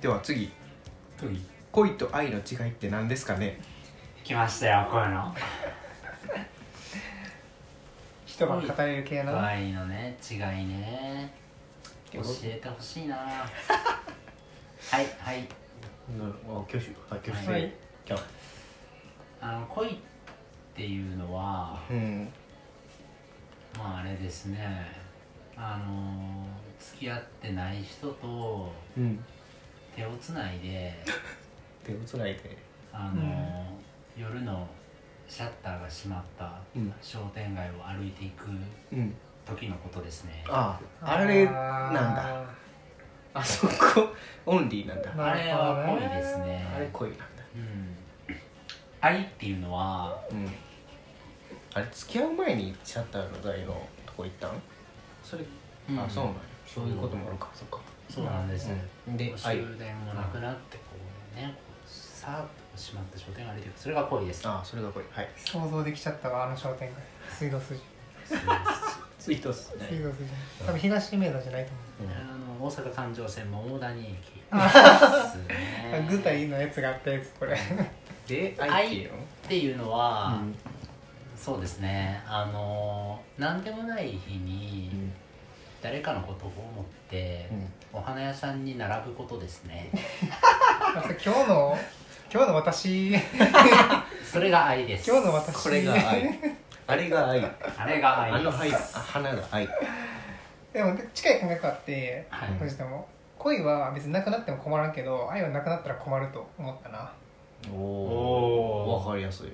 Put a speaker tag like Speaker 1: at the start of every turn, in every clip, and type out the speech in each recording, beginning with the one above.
Speaker 1: では次
Speaker 2: 次
Speaker 1: 恋と愛の違いって何ですかね
Speaker 2: 来ましたよこういうの
Speaker 1: 一晩語れる系な
Speaker 2: 愛のね違いね教えてほし いなはいはい
Speaker 1: うんあ挙手はい挙手、
Speaker 2: はい
Speaker 1: じゃあ
Speaker 2: あの恋っていうのは
Speaker 1: うん
Speaker 2: まああれですねあの付き合ってない人と
Speaker 1: うん
Speaker 2: 手をつない で
Speaker 1: 手をつないで
Speaker 2: あの、夜のシャッターが閉まった
Speaker 1: うん
Speaker 2: 商店街を歩いていく
Speaker 1: うん
Speaker 2: 時のことですね
Speaker 1: あああれなんだあそこオンリーなんだ
Speaker 2: あれは恋ですね
Speaker 1: あれ恋なんだ
Speaker 2: うん愛っていうのは
Speaker 1: うんあれ付き合う前にシャッターの台のとこ行ったんそれあそうなんやそういうこともあるかそっか
Speaker 2: そうなんです、
Speaker 1: うんで
Speaker 2: こう
Speaker 1: 愛
Speaker 2: 終電もなくなってこうねこうさーっと閉まった商店街歩いていくそれが恋です
Speaker 1: あそれが恋はい
Speaker 3: 想像できちゃったわあの商店街水道筋
Speaker 2: そう です
Speaker 1: ツイートっすね
Speaker 3: 水道筋多分東メ田じゃないと
Speaker 2: あの大阪環状線桃谷駅です
Speaker 3: 思 う、
Speaker 2: ね
Speaker 3: 具体のやつがあったやつこれ
Speaker 1: で愛っていうの
Speaker 2: っていうのは、
Speaker 1: うん
Speaker 2: そうですねあの何でもない日に
Speaker 1: うん
Speaker 2: 誰かのことを思って、お花屋さんに並ぶことですね
Speaker 3: あそれ今日の今日の私 今
Speaker 2: それが愛です
Speaker 3: 日の私
Speaker 1: これが 愛あれが愛
Speaker 2: あれが愛
Speaker 1: あ
Speaker 2: です
Speaker 1: の愛あ花が愛
Speaker 3: でも近い感覚あって
Speaker 2: はい
Speaker 1: うん
Speaker 3: 藤田も恋は別になくなっても困らんけど愛はなくなったら困ると思ったな
Speaker 1: お
Speaker 2: お
Speaker 1: わ
Speaker 2: ー
Speaker 1: かりやすいな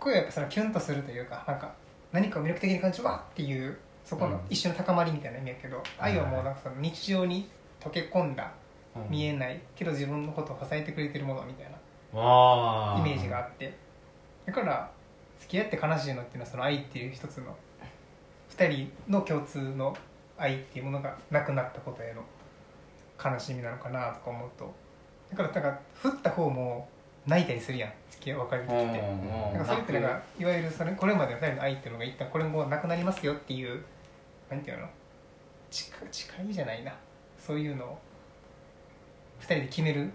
Speaker 3: 恋はやっぱそのキュンとするというかなんか何かを魅力的に感じるわっていうそこの一瞬の高まりみたいな意味やけど、愛はもうなんかその日常に溶け込んだ
Speaker 2: うん
Speaker 3: 見えないけど自分のことを支えてくれてるものみたいな
Speaker 2: わ
Speaker 3: イメージがあってだから付き合って悲しいのっていうのはその愛っていう一つの二人の共通の愛っていうものがなくなったことへの悲しみなのかなとか思うとだからなんか振った方も泣いたりするやん付き合い別れる時って。
Speaker 1: うん
Speaker 3: なんかそれってなんかいわゆるそれこれまでの2人の愛っていうのが一旦これもうなくなりますよっていうなんていうの近近いじゃないなそういうのを2人で決める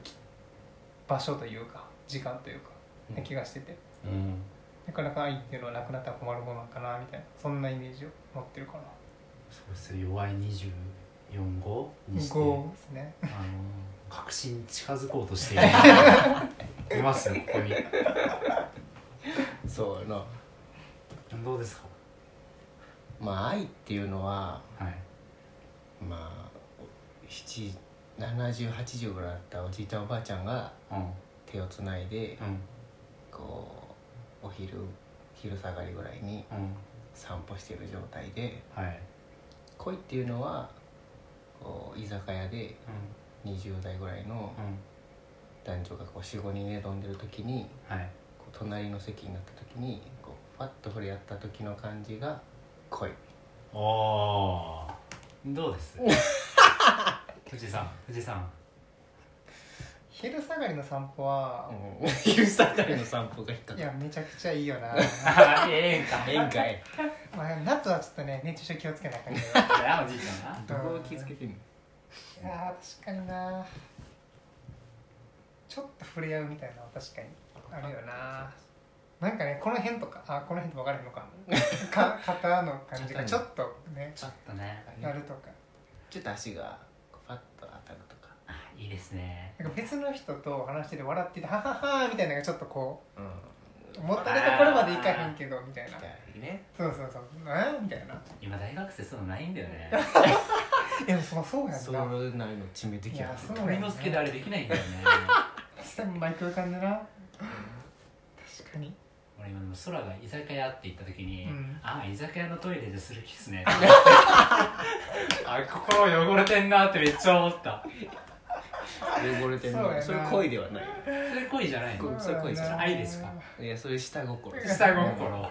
Speaker 3: 場所というか時間というかな気がしてて、
Speaker 2: うん
Speaker 3: なかなか愛っていうのはなくなったら困るものなんかなみたいなそんなイメージを持ってるかな
Speaker 2: そうですよ弱い24号にして
Speaker 3: 5ですね
Speaker 2: あの確信に近づこうとしている いますよここに
Speaker 1: そうやな
Speaker 2: どうですか
Speaker 1: まあ愛っていうのは
Speaker 2: はい
Speaker 1: まあ7 7080ぐらいだったおじいちゃんおばあちゃんが
Speaker 2: うん
Speaker 1: 手をつないで
Speaker 2: うん
Speaker 1: こうお昼昼下がりぐらいに
Speaker 2: うん
Speaker 1: 散歩してる状態で
Speaker 2: はい
Speaker 1: 恋っていうのはこう居酒屋で
Speaker 2: う
Speaker 1: 20代ぐらいの
Speaker 2: んうん
Speaker 1: 男女がこう45人で飲んでる時に
Speaker 2: はい
Speaker 1: こう隣の席になった時にこうパッと触れ合った時の感じが恋
Speaker 2: おおどうです藤井さん藤井さん
Speaker 3: 昼下がりの散歩は、
Speaker 1: うん 昼下がりの散歩が引っか
Speaker 3: い
Speaker 1: かる
Speaker 3: やめちゃくちゃいいよな
Speaker 2: あ ええんか
Speaker 1: 宴会
Speaker 3: まあ夏はちょっとね熱中症気をつけなあかんけど
Speaker 2: おじいちゃん
Speaker 1: ど
Speaker 2: な
Speaker 1: こを気付けてんの
Speaker 3: いやー確かになちょっと触れ合うみたいなのは確かにあるよななんかねこの辺とかあこの辺って分かれへんのかか肩の感じがちょっとね
Speaker 2: ちょっとね
Speaker 3: なるとか
Speaker 1: ちょっと足がこうパッと当たるとか
Speaker 2: あいいですね
Speaker 3: なんか別の人と話してて笑ってて「ははは」みたいなのがちょっとこ
Speaker 1: うん
Speaker 3: うもったいないところまでいかへんけどみたいな
Speaker 1: みたいね
Speaker 3: そうそうそうえみたいな
Speaker 2: 今大学 生そういうのないんだよね
Speaker 3: えでもそうそうや
Speaker 1: そ
Speaker 3: ん
Speaker 1: れな
Speaker 3: な
Speaker 1: りの致命的
Speaker 3: い
Speaker 1: や
Speaker 3: やそう
Speaker 2: 鳥之助であれできないん だよね
Speaker 3: 狭い空間だな確かに
Speaker 2: 俺今でも空が居酒屋って言った時に、
Speaker 3: うん
Speaker 2: ああ居酒屋のトイレでする気っすね あ心汚れてんなってめっちゃ思った
Speaker 1: 汚れてる
Speaker 3: そうや
Speaker 1: の
Speaker 3: な
Speaker 1: それ恋ではない
Speaker 2: それ恋じゃない
Speaker 1: こ
Speaker 2: の
Speaker 1: それ恋です
Speaker 3: そうやな
Speaker 2: 愛ですか
Speaker 1: いやそれ下心です
Speaker 2: 下心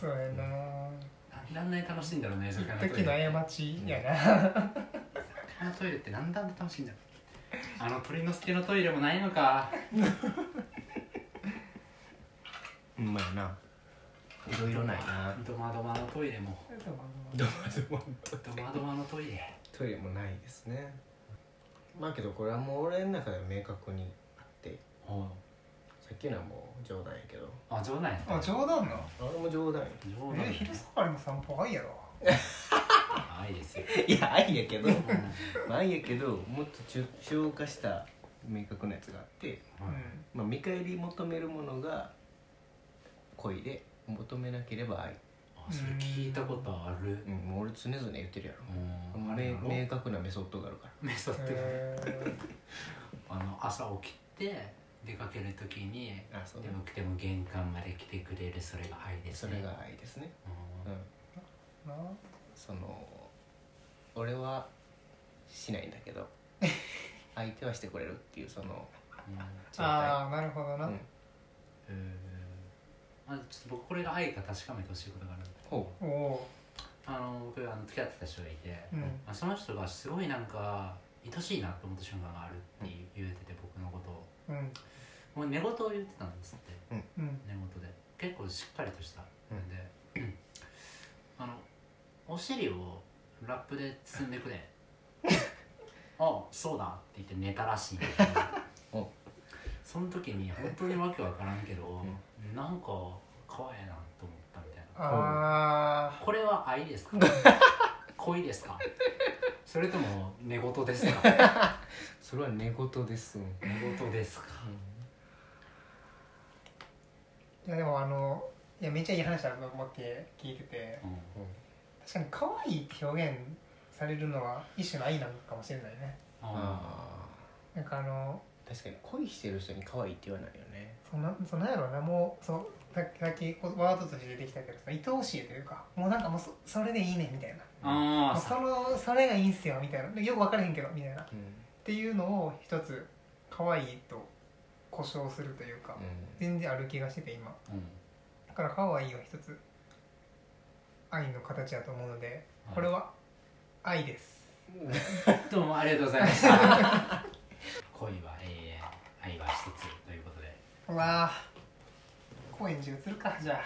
Speaker 3: そうやな
Speaker 2: なんで楽しいんだろうね居酒屋のト
Speaker 3: 時
Speaker 2: イ
Speaker 3: の
Speaker 2: レ
Speaker 3: 過ちやな
Speaker 2: あのトイレってなんであんな楽しいんだろうあの鳥之助のトイレもないのか
Speaker 1: うまいないろいろないな
Speaker 2: ドマドマのトイレも
Speaker 1: どうもどうも
Speaker 2: ドマドマのトイレ
Speaker 1: トイレもないですねまあけどこれはもう俺の中では明確にあって
Speaker 2: はい
Speaker 1: さっきのはもう冗談やけど
Speaker 2: あ冗談やった
Speaker 3: あ冗談な
Speaker 1: 俺も冗談や
Speaker 2: 冗談
Speaker 3: え昼下がりの散歩あいやろ
Speaker 2: 愛ですよ
Speaker 1: いや愛やけど
Speaker 2: うん
Speaker 1: まあ愛やけどもっと中中央化した明確なやつがあって、
Speaker 3: う
Speaker 2: はい
Speaker 3: ん
Speaker 1: まあ、見返り求めるものが恋で求めなければ愛、
Speaker 2: あそれ聞いたことある
Speaker 1: うん、もう俺常々言ってるやろ
Speaker 2: うんあれや
Speaker 1: 明
Speaker 2: ろ
Speaker 1: 明確なメソッドがあるから
Speaker 2: メソッドが
Speaker 3: へ
Speaker 2: あの朝起きて出かけるときに
Speaker 1: あそうだ
Speaker 2: 眠くても玄関まで来てくれるそれが愛です
Speaker 1: そ
Speaker 2: ね
Speaker 1: れが愛ですね、
Speaker 2: うん
Speaker 1: うん、
Speaker 3: ーな
Speaker 1: その俺はしないんだけ ど相手はしてくれるっていうその状態
Speaker 3: ああなるほどな、
Speaker 1: うん
Speaker 2: うんまずちょっと僕これが愛か確かめてほしいことがあるんだ
Speaker 1: ほ
Speaker 3: おお
Speaker 2: あの僕あの付き合ってた人がいて、
Speaker 3: うん
Speaker 2: まあ、その人がすごいなんか愛しいなと思った瞬間があるって言うてて僕のことを
Speaker 3: ーうん
Speaker 2: もう寝言を言ってたんですって
Speaker 3: うん
Speaker 2: 根元で結構しっかりとした
Speaker 1: うん
Speaker 2: んで、あのお尻をラップで包んでく れあそうだって言って寝たらしいん だけど
Speaker 1: お
Speaker 2: その時に本当にわけわからんけど、
Speaker 1: う
Speaker 2: なんか可愛いなと思ったみたいな
Speaker 3: あ
Speaker 2: これは愛です か恋ですかそれとも寝言ですか
Speaker 1: うそれは寝言です、うん
Speaker 2: 寝言ですか
Speaker 3: ーいやでもあのいやめっちゃいい話だと思って聞いてて
Speaker 2: うん
Speaker 3: 確かに可愛いって表現されるのは一種の愛なのかもしれないね
Speaker 2: あ
Speaker 1: あ
Speaker 3: なんかあの
Speaker 1: ー確かに恋してる人に可愛いって言わないよね
Speaker 3: そんなそんなんやろうなもうそうささっきこうワードとして出てきたけどさ愛おしいというかもうなんかもうそそれでいいねみたいな
Speaker 2: あ
Speaker 3: も
Speaker 2: ー
Speaker 3: うそ
Speaker 2: さ
Speaker 3: のそれがいいんすよみたいなでよく分からへんけどみたいなっ
Speaker 1: うん、
Speaker 3: ていうのを一つ可愛いと故障するというか全然ある気がしてて今
Speaker 2: うん
Speaker 3: だから可愛いは一つ愛の形だと思うので
Speaker 2: はい
Speaker 3: これは愛です
Speaker 1: うん
Speaker 2: どうもありがとうございました恋は永遠愛は一つということで
Speaker 3: うわー高円寺移るかじゃあ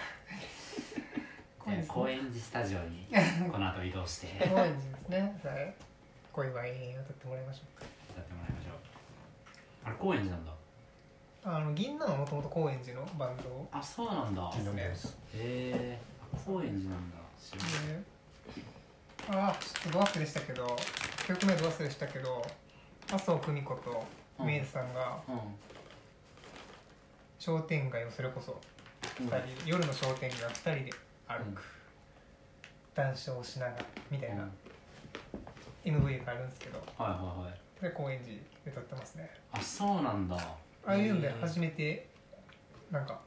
Speaker 3: 高
Speaker 2: じ
Speaker 3: 円
Speaker 2: ゃあ高
Speaker 3: 寺
Speaker 2: 円寺スタジオにこの後移動して
Speaker 3: 高
Speaker 2: 歌
Speaker 3: 円寺ですねじゃあ恋は永遠を歌ってもらいましょう
Speaker 2: ってもらいましょうあれ高円寺なんだ
Speaker 3: かあの銀杏はもともと高円寺のバンドを
Speaker 2: あそうなんだ
Speaker 1: 昨日
Speaker 2: へ
Speaker 1: のやつ
Speaker 2: え高円寺なんだ知らなかっ
Speaker 3: ねあーちょっとド忘れしたけど曲名ド忘れしたけど麻生久美子と
Speaker 2: うん
Speaker 3: メイズさんが
Speaker 2: たうん
Speaker 3: 商店街をそれこそ二人、夜の商店街を2人で歩く、談笑をしながらみたい
Speaker 2: うん
Speaker 3: な MV があるんですけど
Speaker 2: はいはいはい
Speaker 3: それ高円寺で撮ってますね
Speaker 2: あそうなんだ
Speaker 3: ああいうので
Speaker 2: へー
Speaker 3: 初めてなんか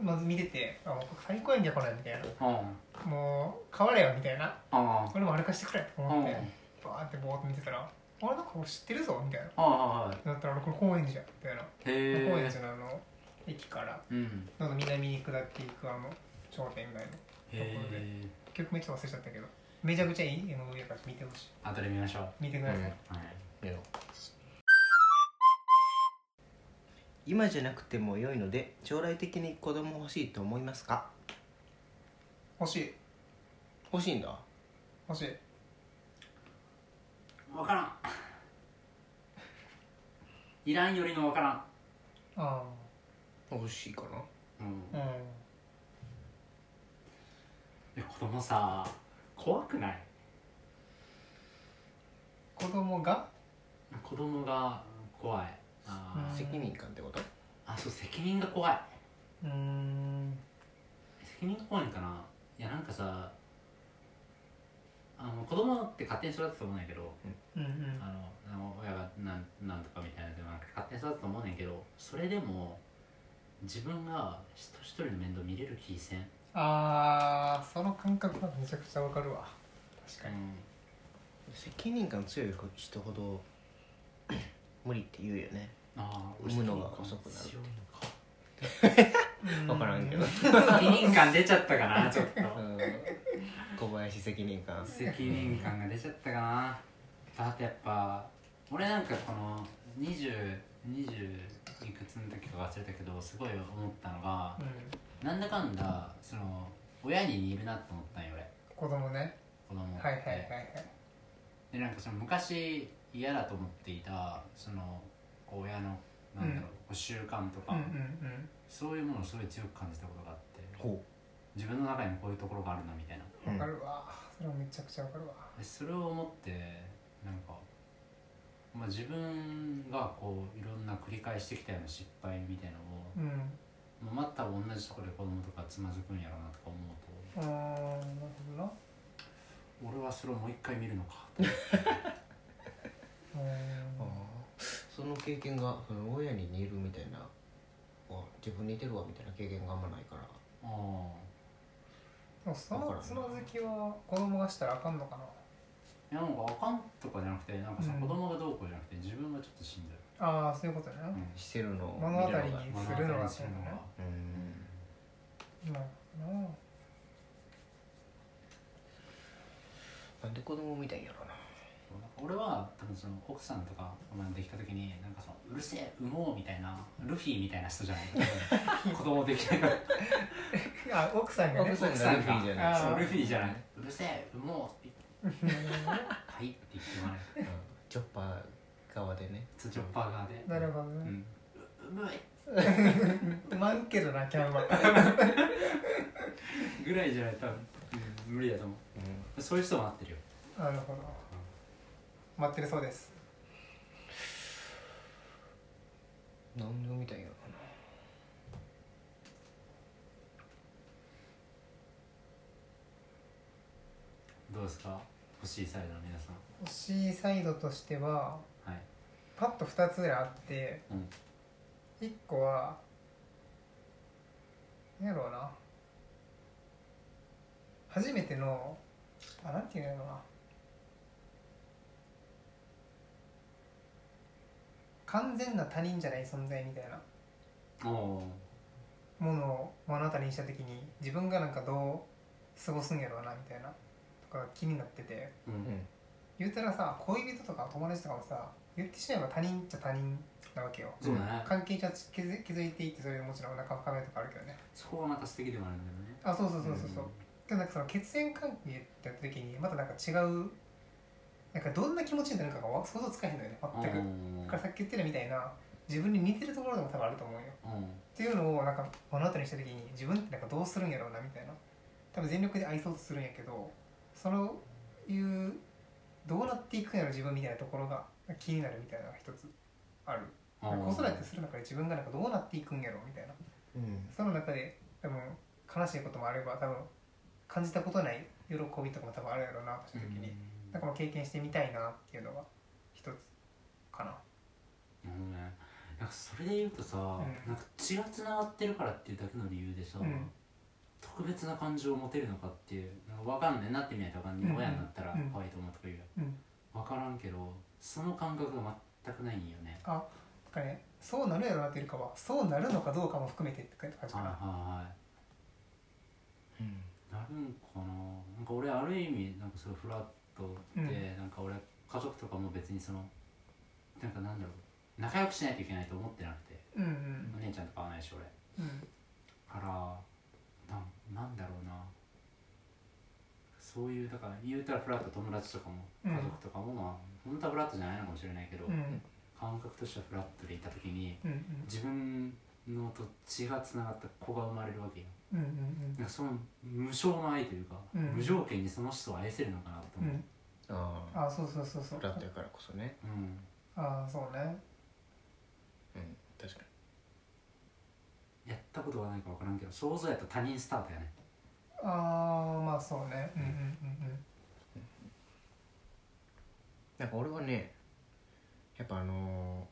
Speaker 3: まず見ててあもう最高やんじゃこれみたい
Speaker 2: うん
Speaker 3: なもう変われよみたいな
Speaker 2: あ
Speaker 3: 俺もあれ貸してくれと
Speaker 2: あ
Speaker 3: 思
Speaker 2: う
Speaker 3: っ
Speaker 2: ん
Speaker 3: てバーってボーっと見てたらあれなんかこれ知ってるぞみたいな
Speaker 2: ああはい
Speaker 3: だったら俺これ高円寺やみたいな、
Speaker 2: へ
Speaker 3: 高円
Speaker 2: え
Speaker 3: 寺のあの駅から
Speaker 2: うん
Speaker 3: どんどん南に下っていくあの商店街
Speaker 2: へ
Speaker 3: の
Speaker 2: え
Speaker 3: 曲めっちゃ忘れちゃったけどめちゃくちゃいい MV やから見てほしい
Speaker 2: 後で見ましょう
Speaker 3: 見てください、
Speaker 1: うん
Speaker 2: はい
Speaker 1: よ今じゃなくても良いので将来的に子供欲しいと思いますか
Speaker 3: 欲しい
Speaker 1: 欲しいんだ
Speaker 3: 欲しい
Speaker 2: 分からんいらんよりの分からん
Speaker 3: あ
Speaker 1: 欲しいかな
Speaker 2: うん
Speaker 3: あうん
Speaker 2: え子供さ怖くない
Speaker 3: 子供が
Speaker 2: 子供が怖いあー、
Speaker 3: うん
Speaker 1: 責任感ってこと
Speaker 2: あそう責任が怖いう
Speaker 3: ーん
Speaker 2: 責任が怖いんかないやなんかさあの子供って勝手に育つと思うんやけど
Speaker 3: うんうん
Speaker 2: あのあの親がなんなんとかみたいなのでもなんか勝手に育つと思うねんやけどそれでも自分が人一人の面倒見れる気せん
Speaker 3: ああその感覚はめちゃくちゃわかるわ確かに
Speaker 1: 責任感強い人ほど無理って言うよね
Speaker 2: あー
Speaker 1: 産むのが遅くなる
Speaker 2: 強いのか
Speaker 1: 分からんけど
Speaker 3: う
Speaker 2: 責任感出ちゃったか なちょっと
Speaker 1: うん小林責任感
Speaker 2: 責任感が出ちゃったかなだってやっぱ俺なんかこの2020いくつの時か忘れたけどすごい思ったのが
Speaker 3: うん
Speaker 2: なんだかんだその親に似るなと思ったんよ俺
Speaker 3: 子供ね
Speaker 2: 子供って
Speaker 3: はいはいはいはい
Speaker 2: でなんかその昔嫌だと思っていたその親のなんだろう、こう習慣とか、
Speaker 3: うんうん
Speaker 2: そういうものをすごい強く感じたことがあって
Speaker 1: ほ
Speaker 2: 自分の中にもこういうところがあるなみたいな
Speaker 1: う、う
Speaker 3: うん
Speaker 1: ん
Speaker 3: わかるわそれはめちゃくちゃわかるわ
Speaker 2: でそれを思ってなんか、まあ、自分がこういろんな繰り返してきたような失敗みたいなのを、
Speaker 3: うん
Speaker 2: まあ、全く同じところで子供とかつまずくんやろうなとか思うと
Speaker 3: あーなるほどな
Speaker 2: 俺はそれをもう一回見るのか
Speaker 1: あ
Speaker 3: う
Speaker 1: あ
Speaker 3: ん
Speaker 1: その経験がその親に似るみたいなあ自分似てるわみたいな経験があんまないから
Speaker 2: ああ
Speaker 3: でもそのつまずきは子供がしたらあかんのかない
Speaker 2: やなんかあかんとかじゃなくてなんかさ、
Speaker 3: うん
Speaker 2: 子供がどうこうじゃなくて自分がちょっとしんどい、
Speaker 3: ああそういうことやな、
Speaker 2: うん
Speaker 1: してるのを見
Speaker 3: 物語
Speaker 1: るのが
Speaker 3: にするのが
Speaker 2: 物語にするのが
Speaker 1: うん
Speaker 3: なるほどな
Speaker 1: なんで子供みたいんやろな
Speaker 2: 俺は多分その奥さんとかまあできた時になんかそのうるせえ産もうみたいなルフィみたいな人じゃない多分子供できないから
Speaker 3: あ奥さんがね
Speaker 1: 奥さんがルフィじゃない
Speaker 3: あー
Speaker 2: そうルフィじゃないうるせえ産もうって
Speaker 3: うん
Speaker 2: はいって言ってもらえ
Speaker 1: うんチョッパー側でね
Speaker 2: るジョッパー側で
Speaker 3: なるほど
Speaker 2: う
Speaker 3: ね
Speaker 2: んううむい
Speaker 3: まんけどなキャン バ
Speaker 2: ぐらいじゃない多分、うん無理だと思うそういう人も合ってるよ
Speaker 3: なるほど待ってるそうです
Speaker 1: うんなんでみたいんやろな
Speaker 2: どうですか欲しいサイドの皆さん
Speaker 3: C サイドとしては
Speaker 2: はい
Speaker 3: パッと2つぐらいあって
Speaker 2: うん
Speaker 3: 1個はなんやろうな初めてのあなんていうんやろうな完全な他人じゃない存在みたいな
Speaker 2: おお
Speaker 3: ものを目の当たりにした時に自分がなんかどう過ごすんやろうなみたいなとかが気になってて
Speaker 2: ー、うん
Speaker 3: 言うたらさ恋人とか友達とかもさ言ってしまえば他人っちゃ他人なわけよ
Speaker 2: そうだね
Speaker 3: 関係者気づ気づいていってそれでもちろんお腹深めるとかあるけどね
Speaker 2: そこがまた素敵でもあるんだよね
Speaker 3: あそうそうそうそうそう、
Speaker 2: ん
Speaker 3: でもなんかその血縁関係ってやった時にまたなんか違うなんかどんな気持ちになるかがわ想像つかへんのよね全くだからさっき言ってるみたいな自分に似てるところでも多分あると思うよっていうのをなんか目の当たりにした時に自分ってなんかどうするんやろうなみたいな多分全力で愛そうとするんやけどそのいうどうなっていくんやろ自分みたいなところが気になるみたいなのが一つある
Speaker 2: うん
Speaker 3: 子育てする中で自分がなんかどうなっていくんやろみたいな
Speaker 1: うんうん
Speaker 3: その中で多分悲しいこともあれば多分感じたことない喜びとかも多分あるやろうなとした時に、なんかもう経験してみたいなっていうのが一つかな
Speaker 2: なるほどねなんかそれで言うとさ、
Speaker 3: ん
Speaker 2: なんか血がつながってるからっていうだけの理由でさ、
Speaker 3: うん
Speaker 2: 特別な感情を持てるのかっていうなんか分かんないなってみないと分かんない、
Speaker 3: うん
Speaker 2: 親になったら
Speaker 3: うん
Speaker 2: 可愛いと思うとか言うよ
Speaker 3: うん
Speaker 2: 分からんけどその感覚が全くないんよね
Speaker 3: あだからねそうなるやろうなっていうよりかはそうなるのかどうかも含めてって感じか
Speaker 2: はいは
Speaker 3: ない
Speaker 2: はい
Speaker 1: うん
Speaker 2: なるんかななんか俺ある意味なんかそれフラットで、
Speaker 3: うん
Speaker 2: なんか俺家族とかも別にそのなんかなんだろう仲良くしないといけないと思ってなくて、
Speaker 3: うんうん
Speaker 2: お姉ちゃんとか会わないし俺
Speaker 3: うん
Speaker 2: からなんなんだろうなそういうだから言うたらフラット友達とかも
Speaker 3: うん
Speaker 2: 家族とかも、まあ本当はフラットじゃないのかもしれないけど、
Speaker 3: うん
Speaker 2: 感覚としてはフラットでいた時に
Speaker 3: うん
Speaker 2: 自分のと血がつながった子が生まれるわけよ
Speaker 3: うんうんうん
Speaker 2: なんかその無償の愛というか、
Speaker 3: うん
Speaker 2: 無条件にその人を愛せるのかなと
Speaker 3: うんう
Speaker 2: 思う、
Speaker 1: あ
Speaker 3: ん
Speaker 1: あ
Speaker 3: あそうそうそうそう
Speaker 1: フラットやからこそね
Speaker 2: うん
Speaker 3: あそうね
Speaker 1: うん確か
Speaker 2: やったことがないか分からんけど想像やったら他人スタートやね
Speaker 3: ああまあそうねうんうんうんうん
Speaker 1: になんか俺はねやっぱあの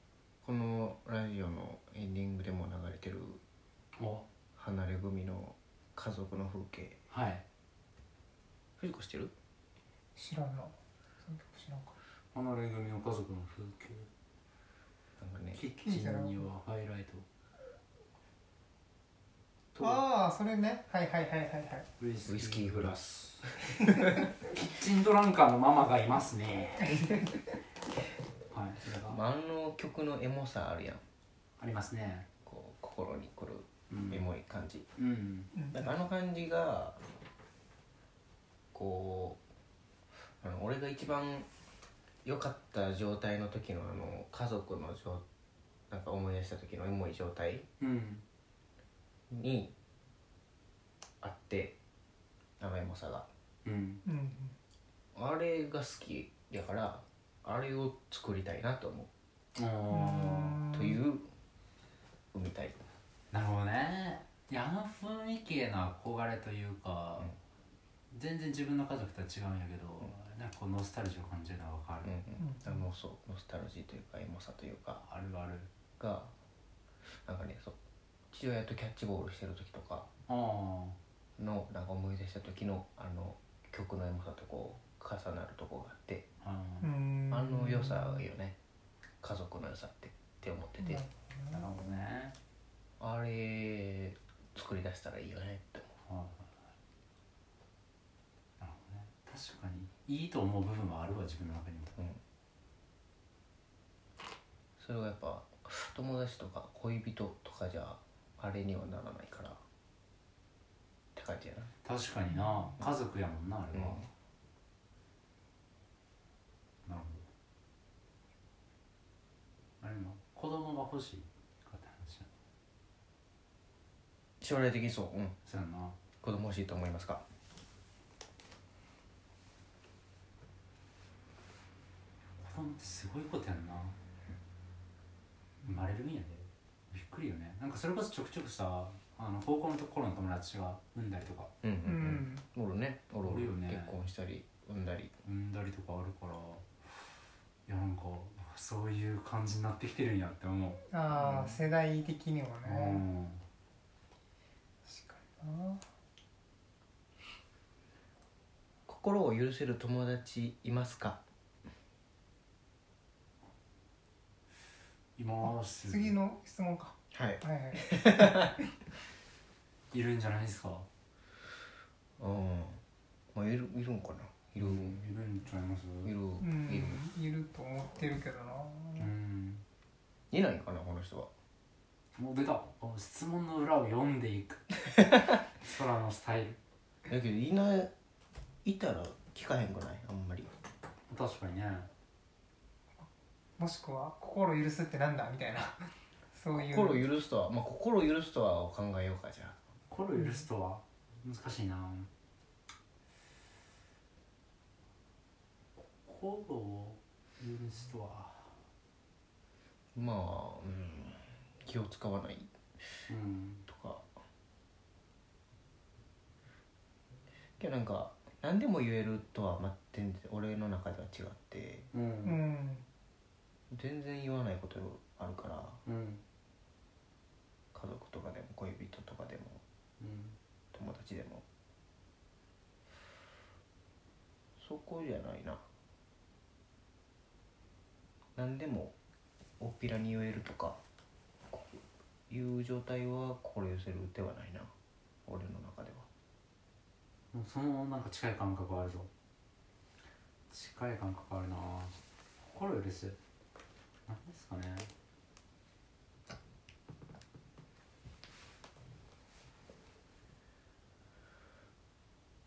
Speaker 1: ーこのラジオのエンディングでも流れてる
Speaker 2: お
Speaker 1: 離れ組の家族の風景
Speaker 2: はい
Speaker 1: 藤子してる
Speaker 3: 知らんなその曲知らんか
Speaker 2: 離れ組の家族の風景
Speaker 1: なんかね
Speaker 2: キッチンにはハイライト
Speaker 3: ああそれねはいはいはいはいはい
Speaker 2: ウイ
Speaker 1: ウイスキーグラス
Speaker 2: キッチンドランカーのママがいますねはいそれが、
Speaker 1: まああの曲のエモさあるやん
Speaker 2: ありますね
Speaker 1: こう心にくる
Speaker 2: うん
Speaker 1: エモい感じ
Speaker 2: うん
Speaker 3: うん
Speaker 1: なんかあの感じがこうあの俺が一番良かった状態の時のあの家族の状なんか思い出した時のエモい状態
Speaker 2: うん
Speaker 1: にあって生エモさが
Speaker 2: うん
Speaker 3: うんうん
Speaker 1: あれが好きだからあれを作りたいなと思
Speaker 2: おー
Speaker 1: うという生みたい
Speaker 2: なるほどねいやあの雰囲気への憧れというか、全然自分の家族とは違うんやけど、なんかこうノスタルジーを感じるのはわか
Speaker 1: う
Speaker 2: る、
Speaker 1: ん
Speaker 3: う
Speaker 1: うんんあのそうノスタルジーというかエモさというか
Speaker 2: あるある
Speaker 1: がなんかねそう父親とキャッチボールしてる時とか
Speaker 2: ああ
Speaker 1: のなんか思い出した時のあの曲のエモさとこう重なるとこがあって
Speaker 2: あ
Speaker 3: う
Speaker 2: ー
Speaker 3: ん
Speaker 1: あの良さがいいよね家族の良さってって思ってて
Speaker 2: なるほどね、
Speaker 1: あれ作り出したらいいよねって
Speaker 2: はいなるほどね確かにいいと思う部分はあるわ自分の中にも
Speaker 1: 思う、うん、それがやっぱ友達とか恋人とかじゃあれにはならないからって感じやな
Speaker 2: 確かにな家族やもんなあれは、なるほどあれも子供が欲しいかって話や
Speaker 1: 将来的にそううん
Speaker 2: そうやな
Speaker 1: 子供欲しいと思いますか
Speaker 2: 子供ってすごいことやんな生まれるんやでびっくりよねなんかそれこそちょくちょくさあの高校の頃の友達が産んだりとか
Speaker 1: うんう
Speaker 3: うんん
Speaker 1: うんおるねおるお
Speaker 2: おる
Speaker 1: る
Speaker 2: よね
Speaker 1: 結婚したり産んだり
Speaker 2: 産んだりとかあるからいやなんかそういう感じになってきてるんやって思う
Speaker 3: ああ世代的にはね
Speaker 2: うん
Speaker 3: 確かにな
Speaker 1: 心を許せる友達いますか
Speaker 2: います
Speaker 3: 次の質問か
Speaker 1: はい
Speaker 3: はいはい
Speaker 2: いるんじゃないですか
Speaker 1: うんまあいるいるんかないる
Speaker 2: いるんちゃいます
Speaker 1: いる
Speaker 3: う
Speaker 1: いる
Speaker 3: んいると思ってるけどな
Speaker 2: うん
Speaker 1: いないかなこの人は
Speaker 2: もう出たこの質問の裏を読んでい く空のスタイル
Speaker 1: だけどいないいたら聞かへんくないあんまり
Speaker 2: 確かにね
Speaker 3: もしくは心許すってなんだみたいな そういう
Speaker 1: 心許すとはまあ心許すとはを考えようかじゃあ
Speaker 2: 心を許すとは難しいな心を許すとは
Speaker 1: まあ、うん、気を使わない
Speaker 2: うん
Speaker 1: とかけどなんか何でも言えるとはまあ全然俺の中では違って
Speaker 2: う
Speaker 3: うんん
Speaker 1: 全然言わないことあるから
Speaker 2: うんうん
Speaker 1: 家族とかでも恋人とかでも友達でもそこじゃないな何でも大っぴらに言えるとかこういう状態は心寄せるではないな俺の中では
Speaker 2: もうそのなんか近い感覚はあるぞ近い感覚あるな心を許す何ですかね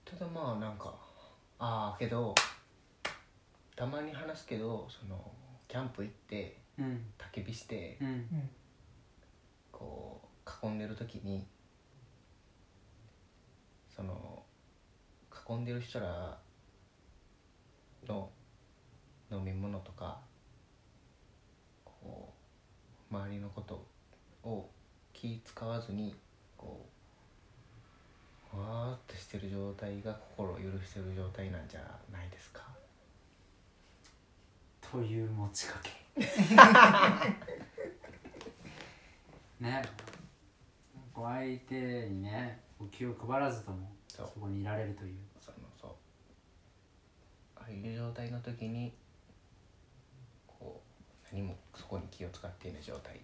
Speaker 1: ただまあなんかああけどたまに話すけどそのキャンプ行って
Speaker 2: うん
Speaker 1: 焚き火して
Speaker 2: うん
Speaker 3: うん
Speaker 1: こう囲んでる時にその囲んでる人らの飲み物とかこう周りのことを気使わずにこうわーっとしてる状態が心を許してる状態なんじゃないですか
Speaker 2: という持ち かけねこう相手にねこう気を配らずとも
Speaker 1: そう
Speaker 2: そこにいられるという
Speaker 1: そのそうああいう状態の時にこう何もそこに気を使っていない状態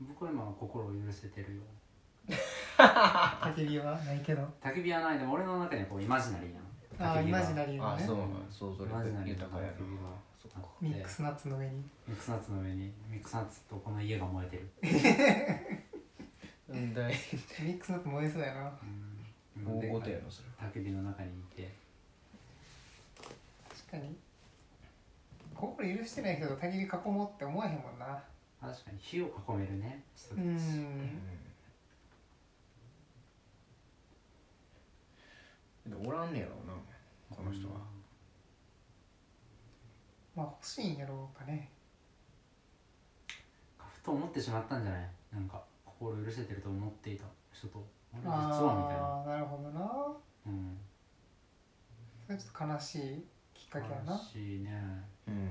Speaker 2: 僕は今は心を許せてるよ
Speaker 3: 焚き火はないけど
Speaker 2: 焚き火はないでも俺の中にはこうイマジナリーな
Speaker 3: ああ
Speaker 2: 焚
Speaker 3: イ
Speaker 2: き火は
Speaker 3: マジナリーの
Speaker 1: あ
Speaker 3: ね
Speaker 1: そうなん想像
Speaker 2: イマジナ
Speaker 1: 力
Speaker 2: リー
Speaker 1: 豊
Speaker 2: の
Speaker 1: かやな
Speaker 2: 焚き火が
Speaker 1: そっか
Speaker 3: ミックスナッツの上に
Speaker 2: ミックスナッツの上にミックスナッツとこの家が燃えてる
Speaker 1: うん大
Speaker 3: ミックスナッツ燃えそうやな
Speaker 2: うん
Speaker 1: 大
Speaker 2: で
Speaker 1: ごとやなそれ
Speaker 2: 焚き火の中にいて
Speaker 3: 確かに心許してない人と他人に囲もうって思わへんもんな
Speaker 2: 確かに火を囲めるね人
Speaker 3: う
Speaker 2: たち
Speaker 3: ん
Speaker 1: でおらんねやろうなこの人は、
Speaker 3: まあ欲しいんやろうかね
Speaker 2: ふと思ってしまったんじゃないなんか心許せてると思っていた人とあれ実は
Speaker 3: ああーなるほどな
Speaker 2: みたいなうん
Speaker 3: それちょっと悲しいきっかけやな
Speaker 2: 悲しいね
Speaker 1: うん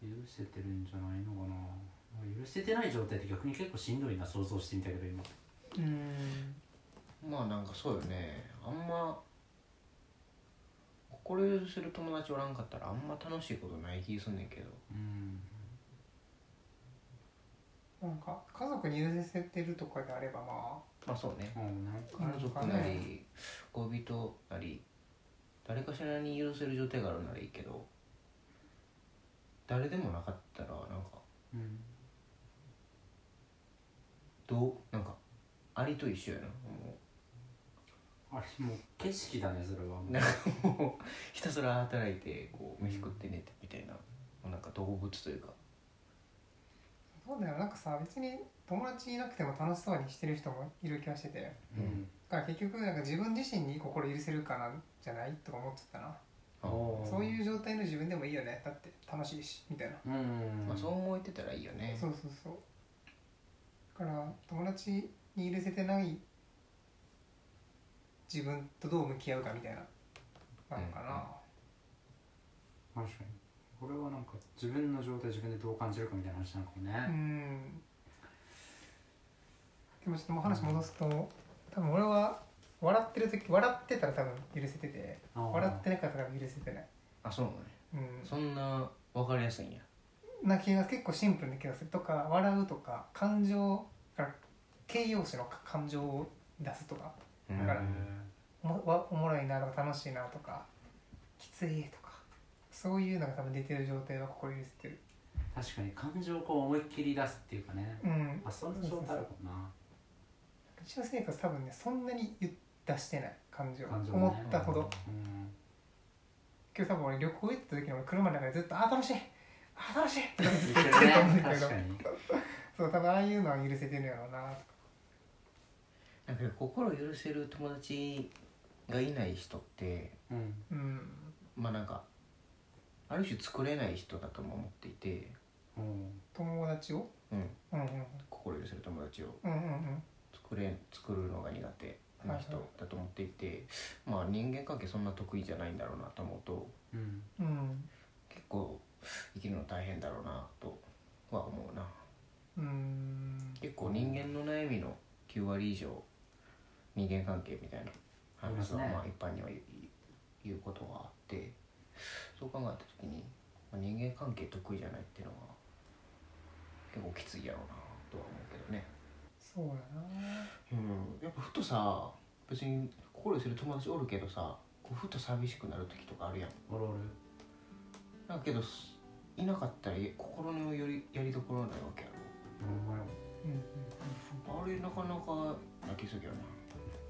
Speaker 2: 許せてるんじゃないのかな許せてない状態って逆に結構しんどいな想像してみたけど今
Speaker 3: うん
Speaker 1: まあなんかそうよねあんま心許せる友達おらんかったらあんま楽しいことない気すんねんけど
Speaker 2: うん
Speaker 3: なんか家族に許せてるとかであればま
Speaker 1: まあそうね
Speaker 2: もうなんか
Speaker 1: 家族なり恋人なり誰かしらに許せる状態があるならいいけど誰でもなかったらなんか
Speaker 2: うん
Speaker 1: どうなんかアリと一緒やなも
Speaker 2: あれもう景色だねそれは
Speaker 1: うなんかもう ひたすら働いてこう飯食って寝てみたいな、もうなんか動物というか
Speaker 3: あそうだよなんかさ別に友達いなくても楽しそうにしてる人もいる気がしてて
Speaker 2: うん
Speaker 3: だから結局なんか自分自身に心許せるかなんじゃないとか思っちゃったな
Speaker 1: あ
Speaker 3: そういうう状態の自分でもいいよねだって楽しいしみたいな
Speaker 2: うん
Speaker 1: まあそう思えてたらいいよね
Speaker 3: そうそうそうだから友達に許せてない自分とどう向き合うかみたいななのかな、
Speaker 2: 確かにこれはなんか自分の状態自分でどう感じるかみたいな話なのかも
Speaker 3: う
Speaker 2: ね
Speaker 3: んでもちょっともう話戻すと、多分俺は笑ってる時笑ってたら多分許せてて
Speaker 2: あー
Speaker 3: 笑ってなかったら多分許せてない、
Speaker 1: あそうね
Speaker 3: う
Speaker 1: そんな分かりやすいんや
Speaker 3: ん、な気が結構シンプルな気がするとか笑うとか感情から形容詞の感情を出すとか
Speaker 1: うん
Speaker 3: だから
Speaker 2: うん
Speaker 3: おもわおもろいなとか楽しいなとかきついとかそういうのが多分出てる状態は心許せてる
Speaker 2: 確かに感情をこう思いっきり出すっていうかね
Speaker 3: うん
Speaker 2: あそんな状態あるかもな
Speaker 3: 日常生活多分ねそんなに言っ出してない感情
Speaker 2: 感情ね
Speaker 3: 思ったほど、
Speaker 2: うん
Speaker 3: 今日多分俺旅行行った時に俺車の中でずっと「あー楽しいあー楽しい」とかずっと
Speaker 2: 言っ
Speaker 3: 言ってて
Speaker 2: る
Speaker 3: ると思うん
Speaker 2: ね
Speaker 3: だけど
Speaker 2: 確かに
Speaker 3: そう多分ああいうのは許せてるんやろうなとか
Speaker 1: なんか心許せる友達がいない人って
Speaker 2: うん
Speaker 3: うん
Speaker 1: まあなんかある種作れない人だとも思っていて、
Speaker 2: うん
Speaker 3: 友達を
Speaker 1: うん、
Speaker 3: うんうん
Speaker 1: 心許せる友達を
Speaker 3: うんうん
Speaker 1: 作れ作るのが苦手な人だと思っていて、まあ人間関係そんな得意じゃないんだろうなと思うと
Speaker 2: うん
Speaker 3: うんうん
Speaker 1: 結構生きるの大変だろうなとは思うな
Speaker 3: うん
Speaker 1: 結構人間の悩みの9割以上人間関係みたいな話は
Speaker 2: ありますね
Speaker 1: まあ一般には言う言うことがあってそう考えた時にまあ人間関係得意じゃないっていうのは結構きついやろうなとは思うけどね
Speaker 3: そうやな
Speaker 1: うんやっぱふとさ別に心寄せる友達おるけどさこうふと寂しくなる時とかあるやん
Speaker 2: おるおる
Speaker 1: だけどすいなかったらえ心のよりやりどころないわけや
Speaker 2: お前
Speaker 3: うんうん
Speaker 1: ろあれなかなか泣きすぎやな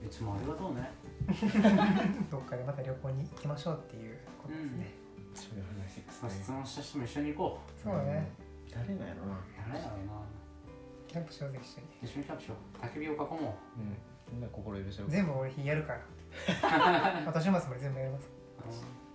Speaker 1: い
Speaker 2: つもありがとうね
Speaker 3: うんどっかでまた旅行に行きましょうっていうことですね、
Speaker 1: そういう話で
Speaker 2: その質問した人も一緒に行こ
Speaker 3: そうだね
Speaker 1: 誰なんやろな
Speaker 2: う誰だろうな
Speaker 3: キャンプしようぜ一緒に
Speaker 2: 一緒にキャンプしよう焚き火を囲も
Speaker 1: うんみんな心許せる
Speaker 3: 全部俺日やるからあ年末まで全部やります
Speaker 2: う